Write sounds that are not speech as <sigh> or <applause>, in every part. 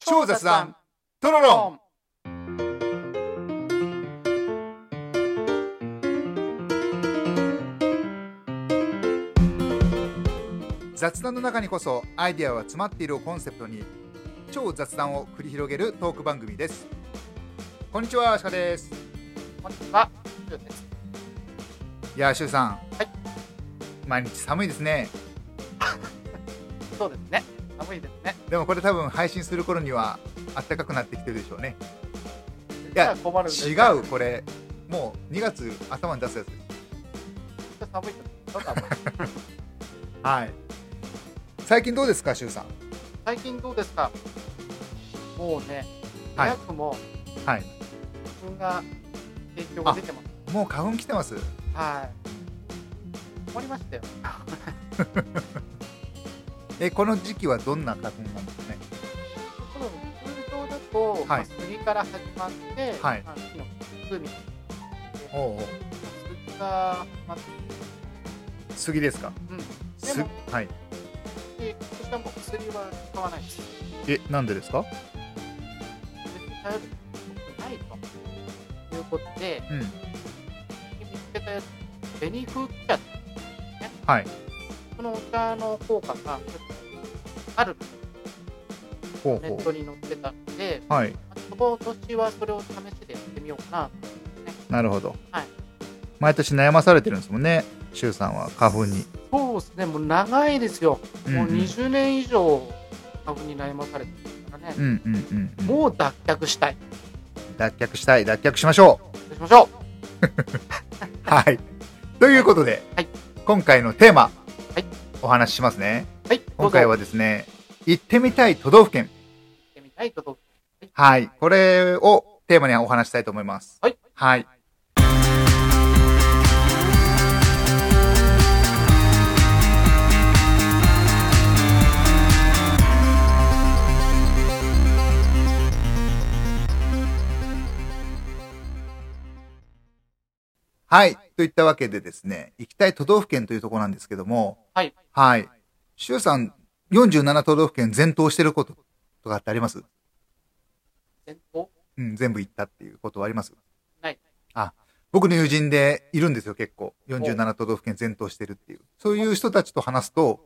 超雑談トロロン雑談の中にこそアイデアは詰まっているをコンセプトに超雑談を繰り広げるトーク番組ですこんにちはシカですこんにちは、シュウです。いやーシュウさんはい毎日寒いですねそうですね。寒いですね。でもこれ多分配信する頃には暖かくなってきてるでしょうねいや困るんです違うこれもう2月頭に出すやつ寒いです。なんかはい最近どうですかシュウさん最近どうですか。もうね、はい早くもはい自分が影響が出てます。もう花粉来てますはい。困りましたよ。えこの時期はどんな花粉なんですかね多分通常だと、まあ杉から始まって、はいまあ、木の木みたいおうおうな杉が始まって、杉ですかうん。すでもはいで、今年はもう薬は使わないです。えなんでですか別に頼ることないということで。うん見つけたやつ、紅風茶ってね、はいこのお茶の効果がちょっとあるほうとネットに載ってたんで、うはい今年はそれを試しでやってみようかなるほど、はい毎年悩まされてるんですもんねシュウさんは花粉に、な。そうですね、もう長いですよ。うんもううん20年以上花粉に悩まされてるからねう。んうんうんうんもう脱却したい。脱却したい脱却しましょそうしましょう。うはいということで、はい今回のテーマ、はいお話ししますねはい、どうぞ今回はですね行ってみたい都道府県行ってみたいとこはいこれをテーマにお話ししたいと思いますはい。はいはい。といったわけでですね、行きたい都道府県というところなんですけども、はい。はい。周さん、47都道府県全島してることとかってあります伝統うん、全部行ったっていうことはありますない。僕の友人でいるんですよ、結構。47都道府県全島してるっていう。そういう人たちと話すと、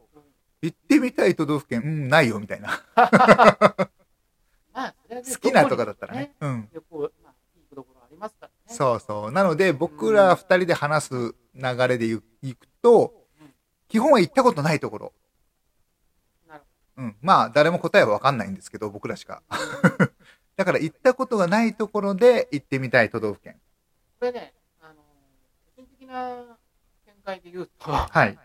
行ってみたい都道府県、うん、ないよ、みたい <laughs> な。まあ、それはね好きなとかだったらね。。うん。どこにね旅行、まあ、いいところありますからね。そうそう。なので、僕ら二人で話す流れで行くと、基本は行ったことないところ。なるほうん。まあ、誰も答えはわかんないんですけど、僕らしか。 <laughs> だから、行ったことがないところで行ってみたい都道府県。これね、あの個人的な見解で言うと、はい。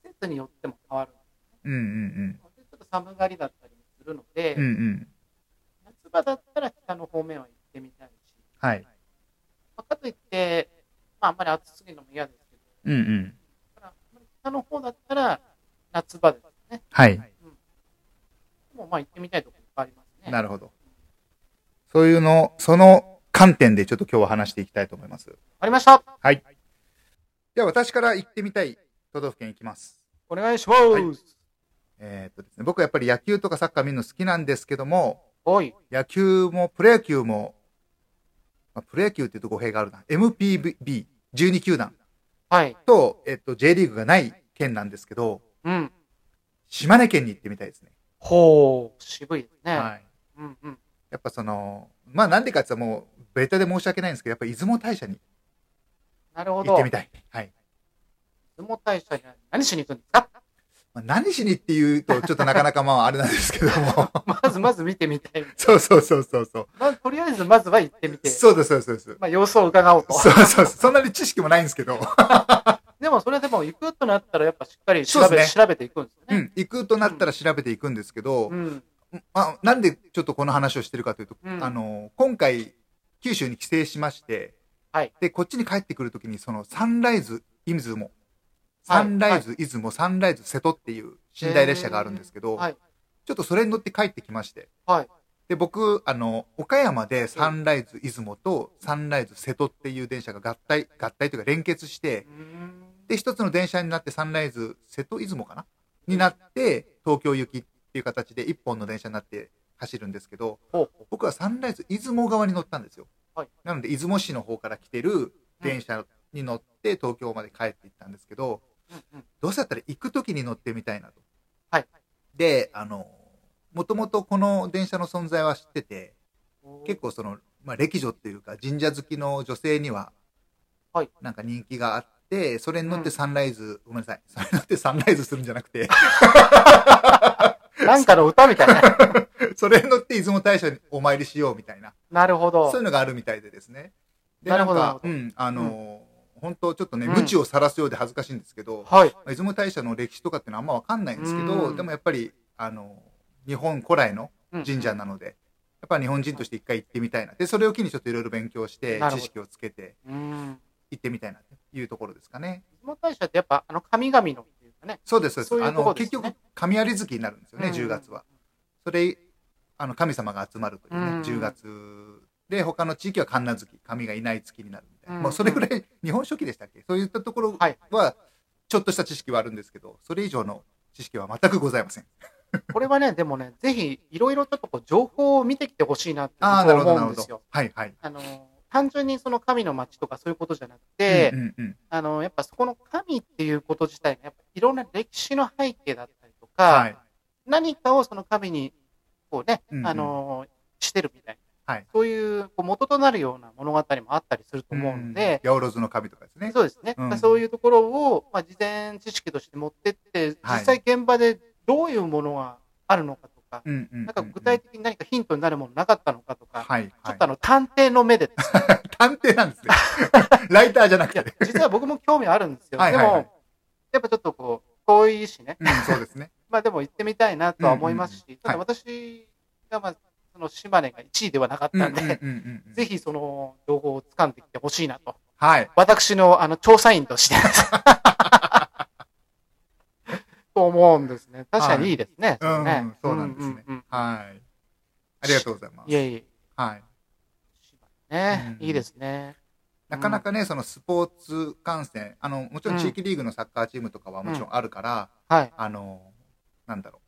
季節によっても変わる。うんうんちょっと寒がりだったりもするので、うん。うんうん。夏場だったら北の方面は行ってみたいし、はい。まあ、かといって、まあ、あんまり暑すぎるのも嫌ですけど、うんうん。だからあんまり北の方だったら夏場ですね。はい。もうまあ行ってみたいところいっぱいありますね。なるほど。そういうの、その観点でちょっと今日は話していきたいと思います。ありましたでは、私から行ってみたい都道府県行きます。お願いしまはいす。えーっとですね、僕はやっぱり野球とかサッカー見るの好きなんですけども、おい、野球もプロ野球も、まあ、プロ野球っていうと語弊があるな。MPB、12球団はい、と、えっと、J リーグがない県なんですけど、うん。島根県に行ってみたいですね。ほう、渋いですね。はい。うんうん。やっぱその、まあなんでかって言ったらもう、ベタで申し訳ないんですけど、やっぱ出雲大社になるほ行っど。て出みたい。はい。雲大社に何しに行くんですかまあ、何しにっていうと、ちょっとなかなかまああれなんですけども。 <laughs> まずまず見てみたい。そうそうそうそうそう。まあ、とりあえずまずは行ってみて、そうです、そうです、そうです。まあ、様子を伺おうと。そうそうそう。そんなに知識もないんですけど。でも、それでも行くとなったら、やっぱしっかり調そうべ,、です調べていくんですうよね。ん。行くとなったら調べていくんですけど、うん。まあ、なんでちょっとこの話をしてるかというと、うんあの、今回、九州に帰省しまして、はいで、こっちに帰ってくるときに、その、サンライズ、出雲、はいサンライズ、出雲、サンライズ、瀬戸っていう寝台列車があるんですけど、はい。ちょっとそれに乗って帰ってきまして、はい。で、僕、あの、岡山でサンライズ出雲とサンライズ瀬戸っていう電車が合体、合体というか連結してう、んで、一つの電車になってサンライズ瀬戸出雲かなになって、東京行きっていう形で一本の電車になって走るんですけど、ほうほう僕はサンライズ出雲側に乗ったんですよ。はいなので、出雲市の方から来てる電車に乗って東京まで帰っていったんですけど、うんうんどうせだったら行く時に乗ってみたいなと。はいで、あの、もともとこの電車の存在は知ってて、おー結構その、まあ、歴女っていうか神社好きの女性にははいなんか人気があって、それに乗っうてんサンライズ、ごめんなさいそれに乗ってサンライズするんじゃなくて <laughs> なんかの歌みたいな。それに乗って出雲大社にお参りしようみたいな <laughs> なるほど。そういうのがあるみたいでですねでなるほどんかなうんあのー本当ちょっとねうん無知を晒すようで恥ずかしいんですけど、はい。出雲大社の歴史とかってのはあんまわかんないんですけど、うんでもやっぱりあの日本古来の神社なので、やっぱ日本人として一回行ってみたいなでそれを機にちょっといろいろ勉強してなるほ知ど識をつけてうん。行ってみたいなというところですかね。出雲大社ってやっぱ、あの、神々のっていうかね。そうです、そうです。そういうあとこの、です結ね局、神有月になるんですよね、うん10月は。それ、あの、神様が集まるというね、うん10月で、他の地域は神奈月、神がいない月になるみたいな。うんもうそれぐらい、日本書紀でしたっけそういったところはいは、ちょっとした知識はあるんですけど、それ以上の知識は全くございません。これはね、でもね、ぜひ、いろいろちょっとこう、情報を見てきてほしいなって僕ああ、なるはほど、なる思うんほですよど。。はい、はい。あの、単純にその神の町とかそういうことじゃなくて、うん、うん、あの、やっぱそこの神っていうこと自体が、やっぱいろんな歴史の背景だったりとか、はい何かをその神に、こうね、うんうんあの、してるみたいな、はいそういうこう元となるような物語もあったりするうとん。思うので、八百万の神とかですね。そうですね、うんそういうところを、まあ、事前知識として持ってって、はい実際現場でどういうものがあるのかとか、うん、うんうん。なんか具体的に何かヒントになるものなかったのかとか、はい、はい。ちょっとあの探偵の目で、探偵なん <laughs> ですね。ライターじゃなくいやて。実は僕も興味あるんですよ。はいはいはいでも、やっぱちょっとこう、遠いしね、うん、そうですね。まあでも行ってみたいなとは思いますし、うんうんうんただ私が、まあ、その島根が1位ではなかったんで、うんうんうんうんぜひその情報を掴んできてほしいなと。はい。私のあの調査員と <laughs> して。と思うんですね。確かにいいですはね。いれねうんそうなんですねうんうんはい。ありがとうございまうんす。いえいえ。はい。ね、うんいいですね。なかなかね、そのスポーツ観戦、あの、もちろん地域リーグのサッカーチームとかはもちろんあるから、はい。あの、なんだろ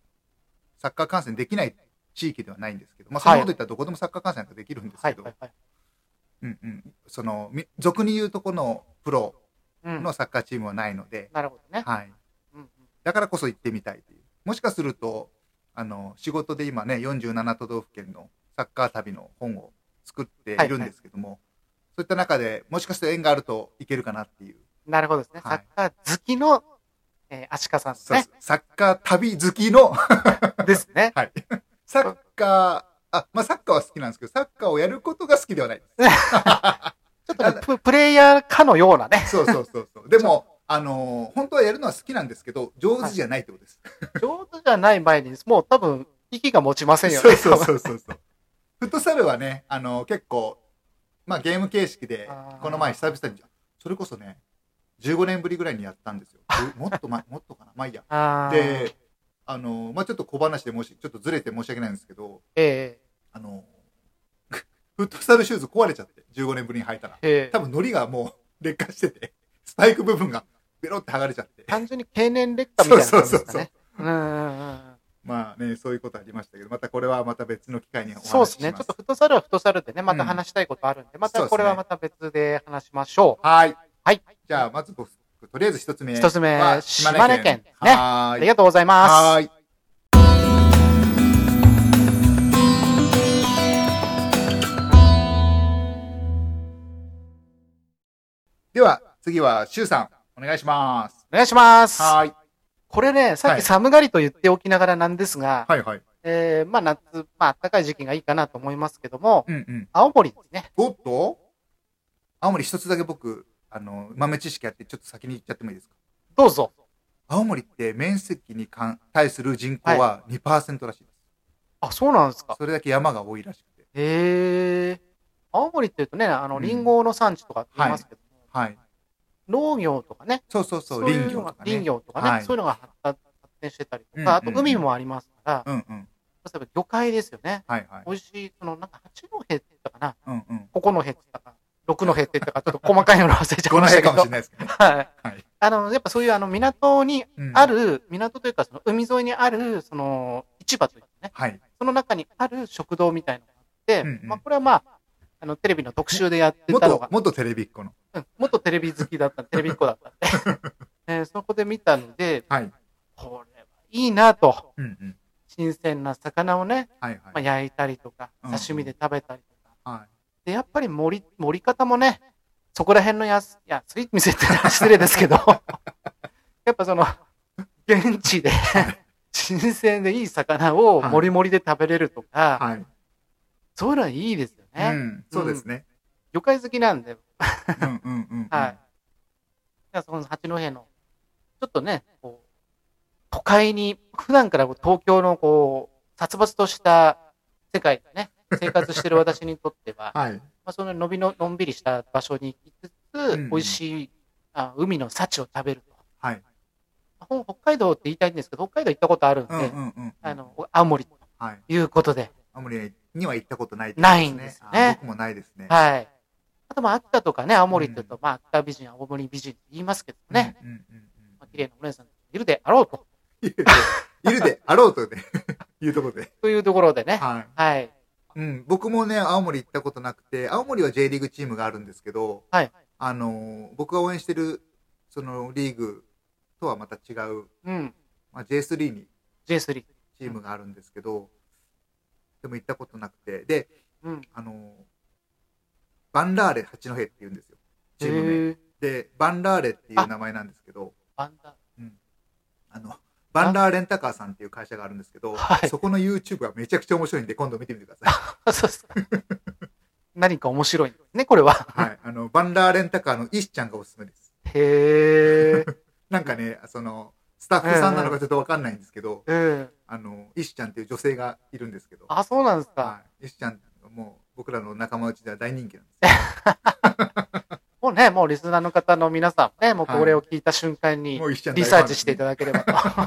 う、サッカー観戦できない地域ではないんですけど、まあ、そんなこと言ったらどこでもサッカー観戦ができるんですはけど、い。はい。はい。うんうん。その、み俗に言うとこのプロうんのサッカーチームはないので、なるほどね。はい。うんうんだからこそ行ってみたいという。もしかすると、あの、仕事で今ね、47都道府県のサッカー旅の本を作っているんですけども、そういった中でもしかして縁があるといけるかなっていう。なるほどですね。はいサッカー好きの、えー、アシカさんですそうでねす。サッカー旅好きの、 <laughs> ですね。サッカー、あ、まあ、サッカーは好きなんですけど、サッカーをやることが好きではないです。ちょっとね、ププレイヤーかのような <laughs> ね。そうそうそうそう。でも、あのー本当はやるのは好きなんですけど、上手じゃないってことです。上手じゃない前に、もう多分、息が持ちませんよね。そうそうそうそうそう。 <laughs> フットサルはね、あの結構、まあゲーム形式であー、この前久々に、それこそね、15年ぶりぐらいにやったん <laughs> ですよ。えもっと前、もっとかな。まあいいや。あーで、あの、まあちょっと小話でもし、ちょっとずれて申し訳ないんですけど、えあの、 <laughs> フットサルシューズ壊れちゃって、15年ぶりに履いたら。えええ多分糊がもう劣化してて、スパイク部分がベロって剥がれちゃって。単純に経年劣化みたいな感じですかそうそうね。うんうんうんまあね、そういうことありましたけど、またこれはまた別の機会にお話ししそうま。ですすね。ちょっとフットサルはフットサルでね、また話したいことあるんで、またこれはまた別で話しましょう。はい。はい。じゃあ、まず僕、とりあえず一つ目。一つ目は島根県ですねはあーい。りがとうございます。はーい。では、次は、しゅうさん、お願いします。お願いします。はーい。これね、さっはいき寒がりと言っておきながらなんですが、はいはい。えー、まあ夏、まあ暖かい時期がいいかなと思いますけども、うんうん。青森ですね。おっと青森一つだけ僕、あの、豆知識やって、ちょっと先に行っちゃってもいいですかどうぞ。青森って面積に関対する人口は2%らしいです。あ、そうなんですか。それだけ山が多いらしくて。へえ。青森って言うとね、あの、うんリンゴの産地とかって言いますけど、はい。農業とかね、そうそうそう、い林う業とのがかね。林業とかね、はいそういうのが発達発展してたりとうか、んうんあと海もありますから、うんうん。例えば魚介ですよね。はいはい。美味しい、その、なんか八戸って言ったかな、うんうん。九戸って言ったか、六戸って言ったか、ちょっと細かいの忘れちゃいこのまし辺たけかもしどれ。ないですけどね。はい。はい。あの、やっぱそういうあの港にうんある、港というかその海沿いにある、その市場というかね、はい。その中にある食堂みたいなのがあって、うんうんまあ、これはまあ、あの、テレビの特集でやってたの元が、、元テレビっ子の。うん、元テレビ好き <laughs> だった、テレビっ子だったんで、えーそこで見たので、はい。これはいいなと、うんうん。新鮮な魚をね、はいまあ、はい。焼いたりとか、うん刺身で食べたりとか、はで、やっぱり盛り、盛り方もね、そこら辺の安、いや、スイーツ店って言 <laughs> ったら失礼ですけど、やっぱその、現地で、新鮮でいい魚をはいもりもりで食べれるとか、い。はい。そういうのはいいですよね。うん。そうですね。魚介好きなんで、うんうんうんうん。はい。だからその八戸の、ちょっとね、こう、都会に、普段からこう東京のこう、殺伐とした世界でね、生活してる私にとって <laughs> は、はい。まあ、そののびののんびりした場所に行きつつ、んうん美味しいあ海の幸を食べると。はい。ほん北海道って言いたいんですけど、北海道行ったことあるんで、うんうんうん。あ、の、青森とはい。いうことで、青森には行ったことないってことないんですよねあ僕もないですね。はい。あと、まあ、秋田とかね、青森って言うと、まあ、秋田美人、青森美人って言いますけどね、うんうんうんうんまあ、綺麗なお姉さんいるであろうと、いるで、いるで、あろうとね、 <laughs> いうとこで。というところでね、はい。はい。うん、僕もね、青森行ったことなくて、青森は J リーグチームがあるんですけど、はいあのー僕が応援してる、そのリーグとはまた違う、うん。まあ、J3 にチ J3。ームがあるんですけど、でも行ったことなくて、で、うん。あのーバンラーレ八戸って言うんですよ。チーム名。へーで、バンラーレっていう名前なんですけど、バンダ。 <laughs> あの、バンラーレンタカーさんっていう会社があるんですけど、はいそこの YouTube がめちゃくちゃ面白いんで、今度見てみてください。あ、そうですか。何か面白いんですね、これは。はい。あの、バンラーレンタカーの石ちゃんがおすすめです。へ <laughs> え。なんかね、その、スタッフさんなのかちょっとわかんないんですけど、うん。あの、石ちゃんっていう女性がいるんですけど、あ、そうなんですか。はい。石ちゃん、もう僕らの仲間内では大人気なんですよ。もうね、もうリスナーの方の皆さんね、もうこれを聞いた瞬間にもう石ちゃんリサーチしていただだければ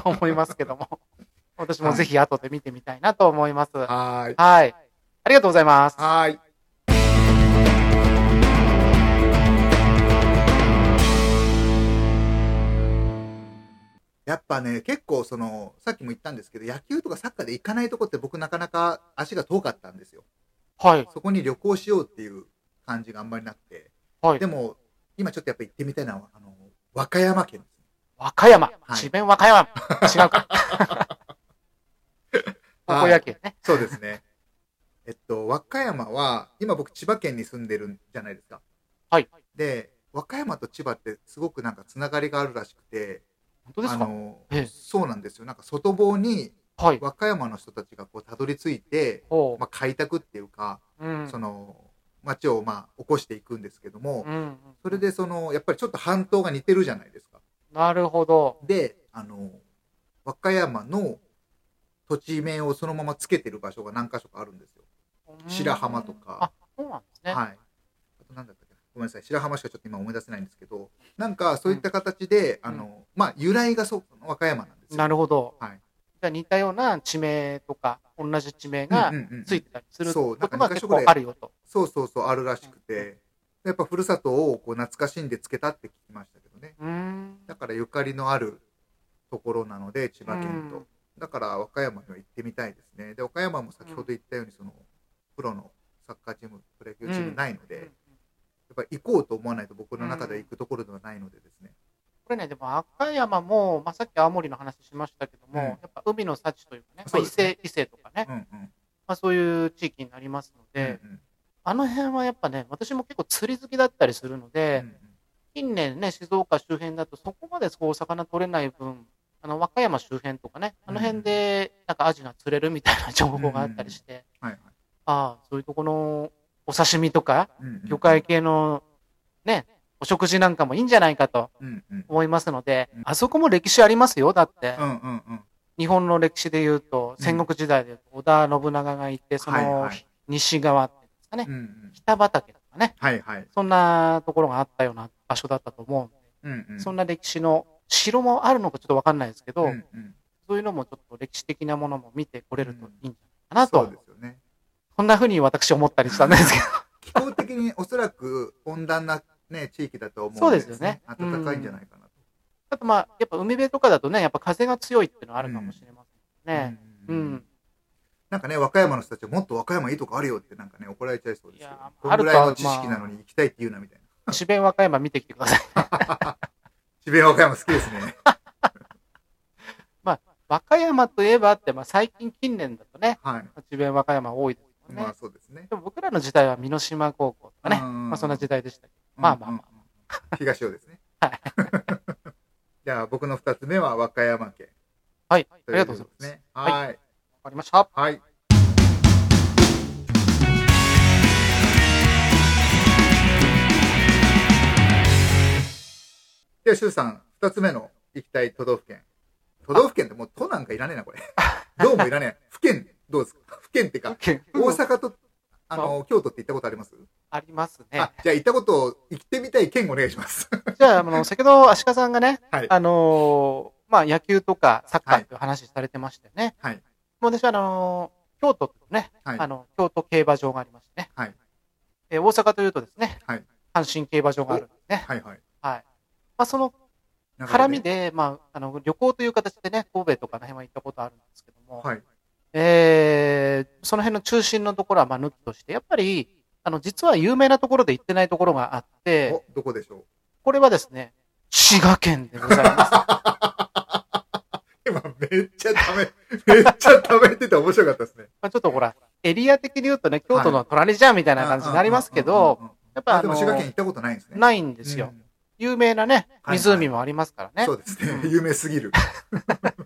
と思いますけ <laughs> ども、私もぜひ後で見てみたいなと思います。ははーいい。。ありがとうございます。はーい。やっぱね、結構その、さっきも言ったんですけど、野球とかサッカーで行かないとこって僕なかなか足が遠かったんですよ。はい。そこに旅行しようっていう感じがあんまりなくて。はい <laughs> で。も、今ちょっとやっぱ行ってみたいのは、あの、和歌山県ですね。和歌山は。い智弁和歌山。違 <laughs> うか。高校野球ね。そうです <laughs> ね。えっと、和歌山は、今僕千葉県に住んでるんじゃないですか。はい。で、和歌山と千葉ってすごくなんかつながりがあるらしくて、本当ですあかの、ええそうなんですよ。なんか外房にはい。和歌山の人たちがこうたどり着いて、ほまあ、開拓っていうか、う。うんそ。の、町をまあ起こしていくんですけども、うん。それでその、やっぱりちょっと半島が似てるじゃないですか。なるほど。で、あの、和歌山の土地名をそのままつけてる場所が何箇所かあるんですよ。うん白浜とか。あ、そうなんですね。はい。あと何だったっけなごめんなさい。白浜しかちょっと今思い出せないんですけど、なんかそういった形で、うんあの、まあ、由来がそう、和歌山なんですよ。なるほど。はいじゃあ似たような地名とか、同じ地名うがんうんうんついてたりするそうなこんかとが二箇結所ぐら構いあるよと。そうそうそう、あるらしくうんうて、やっぱふるさとをこう懐かしんでつけたって聞きましたけどね。うーん。だからゆかりのあるところなので、千葉県うとん。だから和歌山には行ってみたいですね。で、和歌山も先ほど言ったように、その、プロのサッカーチーム、プロ野球チームないので、うんやっぱ行こうと思わないと僕の中では行くところではないのでですね。これね、でも和歌山も、まあ、さっき青森の話しましたけども、うんやっぱ海の幸というかね、そうまあ、伊ですね勢伊勢とかね、うんうん。まあ、そういう地域になりますのうんうで、んあの辺はやっぱね、私も結構釣り好きだったりするのうんうで、ん近年ね、静岡周辺だとそこまでそう魚取れない分、あの和歌山周辺とかね、あの辺でなんかアジが釣れるみたいな情報があったりして、はいはい。ああ、そういうとこのお刺身とか、うんうん魚介系のね、お食事なんかもいいんじゃないかとうんうん。思いますのでうん、あそこも歴史ありますよ。だってう、んうんうん。日本の歴史で言うと、うん戦国時代で言うと織田信長がいて、そはいのはい西側っていうんですかねう、んうん。北畑とかね、はいはい。そんなところがあったような場所だったと思うんで、うんうん。そんな歴史の城もあるのかちょっとわかんないですけど、うんうんそういうのもちょっと歴史的なものも見てこれるといいんじゃないかそなうでと、すよね。そんな風に私思ったりしたんです <laughs> けど。気候的におそらく温暖なね、地域だと思うんそうですよね暖かいんじゃないかなと。あとまあ、やっぱ海辺とかだとね、やっぱ風が強いっていうのはあるかもしれませんね。うんうんうん。なんかね、和歌山の人たちはもっと和歌山いいとこあるよってなんかね、怒られちゃいそうですけいやど、ーどんぐらいあのる知とは識なのに行きたいって言うなみたいな。智弁和歌山見てきてください。智弁和歌山好きですね。和歌山といえばって、まあ最近近年だとね、はい。智弁和歌山多いですもんね。まあそうですね。でも僕らの時代は箕島高校とかね、ままあそんな時代でしたけど、まあまあまあ。あ。東尾ですね。。はい <laughs> じゃあ僕の二つ目は和歌山県はい、あとりいがうとこうござといですます。わね。はい。かりました。はい。では、シュウさん、二つ目の行きたい都道府県。都道府県ってもう都なんかいらねえな、こ <laughs> れ。どうもいらねえ。府県、どうですか府県ってか、大阪と、あの、京都って行ったことありますありますねあ。、じゃあ行ったことを、行ってみたい県お願いします。じゃあ、あの、先ほど足利さんがね、はい。あのーまあ野球とかサッカーという話されてましたよね。はい。もう私はあのー京都というとね、はいあの、京都競馬場がありましてね。はいえー大阪というとですね、はい阪神競馬場があるんですね。はいはい。はい。まあその絡みで、まあ、あの、旅行という形でね、神戸とかの辺は行ったことあるんですけども、はい。えーその辺の中心のところは、まあ、抜きとして、やっぱり、あの、実は有名なところで行ってないところがあってお、、どこでしょうこれはですね、滋賀県でござ <laughs> います。今めっちゃため、めっちゃためてて面白かったですね。まあ、ちょっとほら、エリア的に言うとね、京都の隣じゃんみたいな感じになりますけど、うんうんうんうん、やっぱああでのも、滋賀県行ったことないんですね。いないんですよ。有名なね、はい湖もありますからね。そうですね。うん有名すぎる。だか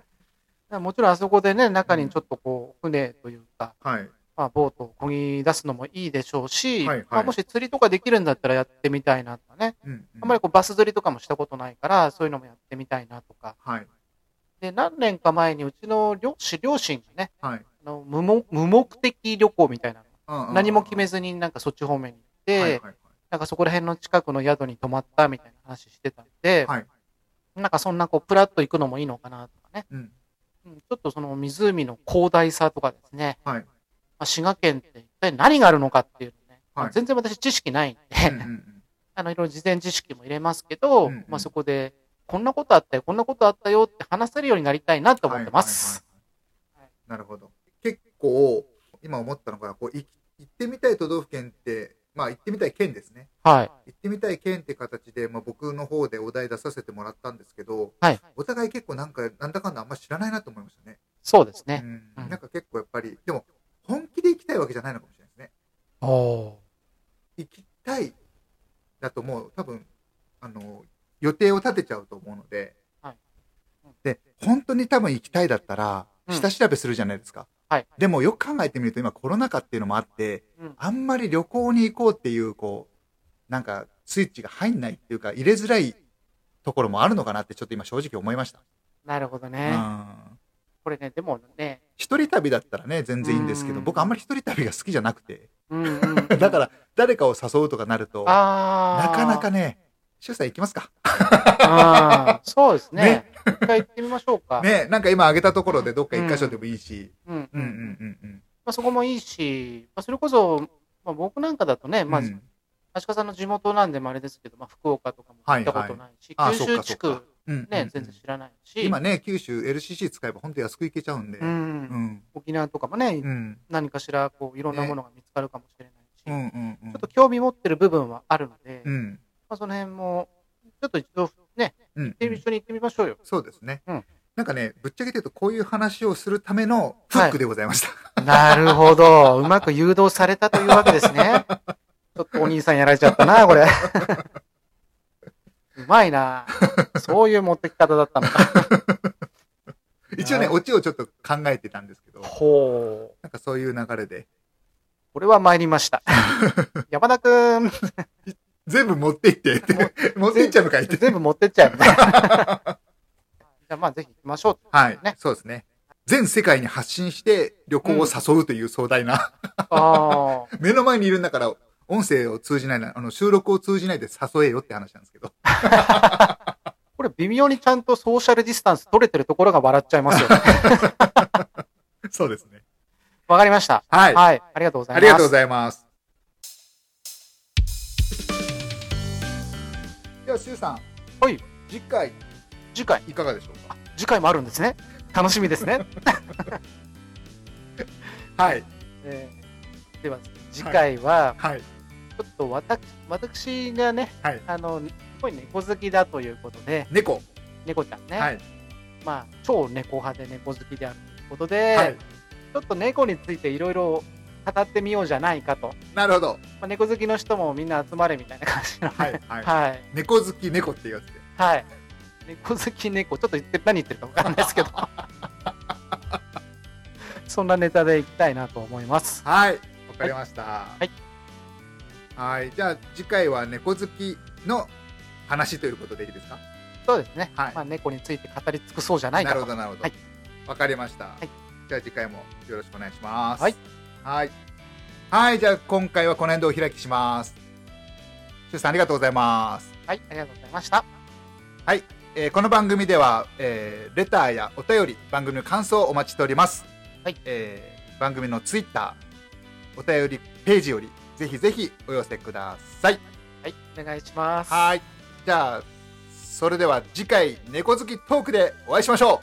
らもちろんあそこでね、中にちょっとこう、船というか、はい。まあ、ボートを漕ぎ出すのもいいでしょうし、はいはいまあ、もし釣りとかできるんだったらやってみたいなとかね。うん、うんあんまりこうバス釣りとかもしたことないから、そういうのもやってみたいなとか。はい。で、何年か前にうちの両親、両親がね、はい。あの無目無目的旅行みたいなの、うんうん何も決めずになんかそっち方面に行って、はいはいなんかそこら辺の近くの宿に泊まったみたいな話してたんで、はい。はい。なんかそんなこう、プラッと行くのもいいのかなとかね。うん。うんちょっとその湖の広大さとかですね、はい。まあ、滋賀県って一体何があるのかっていうのね、はいまあ全然私知識ないんで、 <laughs> うんうんうんあの、いろいろ事前知識も入れますけど、うんうんまあそこで、こんなことあったよ、こんなことあったよって話せるようになりたいなと思ってます。はいはいはいはい。なるほど。結構、今思ったのが、こう、い行ってみたい都道府県って、まあ行ってみたい県ですね。はい。行ってみたい県って形で、まあ、僕の方でお題出させてもらったんですけど、はいお互い結構なんかなんだかんだあんま知らないなと思いましたね。そうですね。う、うんんなんか結構やっぱりでも本気で行きたいわけじゃないのかもしれないですね。おお行きたいだともう多分あの予定を立てちゃうと思うので、はいうんで本当に多分行きたいだったらうん下調べするじゃないですか。ー。はい。でもよく考えてみると今コロナ禍っていうのもあってうん。あんまり旅行に行こうっていう、こう、なんか、スイッチが入んないっていうか、入れづらいところもあるのかなって、ちょっと今正直思いました。なるほどうね。ん。これね、でもね、一人旅だったらね、全然いいんですけど、うん僕あんまり一人旅が好きじゃなくて、うん、うん。<laughs> だだから、誰かを誘うとかなると、なああ。かなかね、シュウさん行きますかあーそうですねね。一回行ってみましょうか。ね、なんか今挙げたところでどっか一箇所でもいいし、うん。うううんんうん。んうん。まあ、そこもいいし、まあ、それこそ、まあ、僕なんかだとね、まあ、うん足利さんの地元なんでもあれですけど、まあ、福岡とかも行ったことないし、はいはいあー九州地そっか区うんうんね、全然知らないし、今ね、九州 LCC 使えば本当安く行けちゃうんで、う、うんん。沖縄とかもねう、ん。何かしらこういろんなものが見つかるかもしれないし、うんうんうんちょっと興味持ってる部分はあるので、うまん。あ、その辺も、ちょっと一度ね、うん一緒に行ってみましょうよ。そうですね。うんなんかね、ぶっちゃけて言うと、こういう話をするためのフックでございました。 <laughs> なるほど。うまく誘導されたというわけですね。ちょっとお兄さんやられちゃったな、これ。 <laughs> うまいな。そういう持ってき方だったのか。一応ね、はいオチをちょっと考えてたんですけど、ほう。なんかそういう流れで、これは参りました。山田くん、全部持っていってっても、持っていっちゃうのかいって。全部持ってっちゃうよね。 <laughs> じゃあまあぜひ行きましょう。はい、ねそうですね。全世界に発信して旅行を誘うという壮大な、ああ。 <laughs> 目の前にいるんだから、音声を通じないな、あの、収録を通じないで誘えよって話なんですけど。 <laughs> これ微妙にちゃんとソーシャルディスタンス取れてるところが笑っちゃいますよね。そうですね。わかりました。はい。はい。ありがとうございまあす。りがとうございます。では、しゅうさん。はい。次回、次回、いかがでしょうか次回もあるんですね。楽しみですね。はい。えーでは次回ははい。ちょっと私私がね、はいあのすごい猫好きだということで猫。猫ちゃんね、はい。まあ超猫派で猫好きであるということで、はい。ちょっと猫についていろいろ語ってみようじゃないかと、まなるほど。あ、猫好きの人もみんな集まれみたいな感じのはい。はい。 <laughs> はい猫好き猫っていうやつで。はい。猫好き猫、ちょっと言って何言ってるか分かんないで <laughs> すけど。そんなネタでいきたいなと思います。。はい。わかりました。はいはい。じゃあ、次回は猫好きの話ということでいいですかそうですね。はいまあ、猫について語り尽くそうじゃないかなとるほど、なるほど。はわい、かりました。はいじゃあ次回もよろしくお願いします。はい。はい。はい、じゃあ今回はこの辺でお開きします。シュウさんありがとうございます。はい、ありがとうございました。えーこの番組では、えーレターやお便り、番組の感想をお待ちしております。はいえー番組のツイッター、お便りページより、ぜひぜひお寄せください。はい、お願いします。はい。じゃあ、それでは次回、猫好きトークでお会いしましょ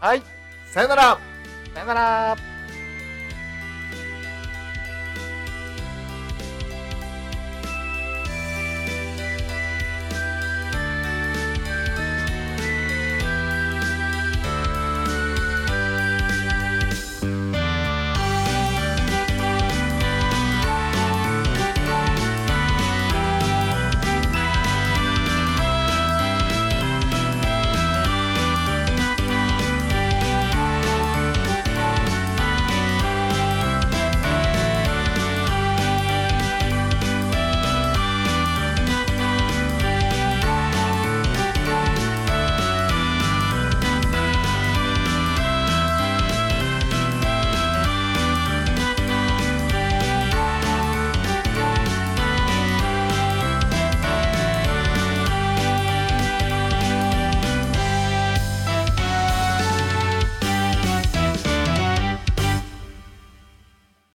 はい、う。さよならさよなら。